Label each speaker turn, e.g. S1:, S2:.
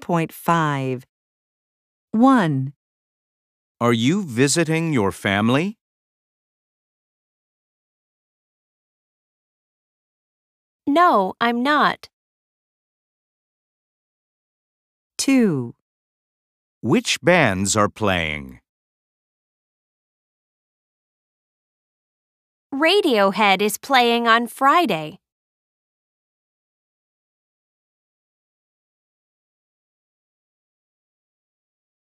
S1: 10.5 1,
S2: Are you visiting your family?
S3: 'No, I'm not.
S1: 2,
S2: Which bands are playing?
S3: Radiohead is playing on Friday.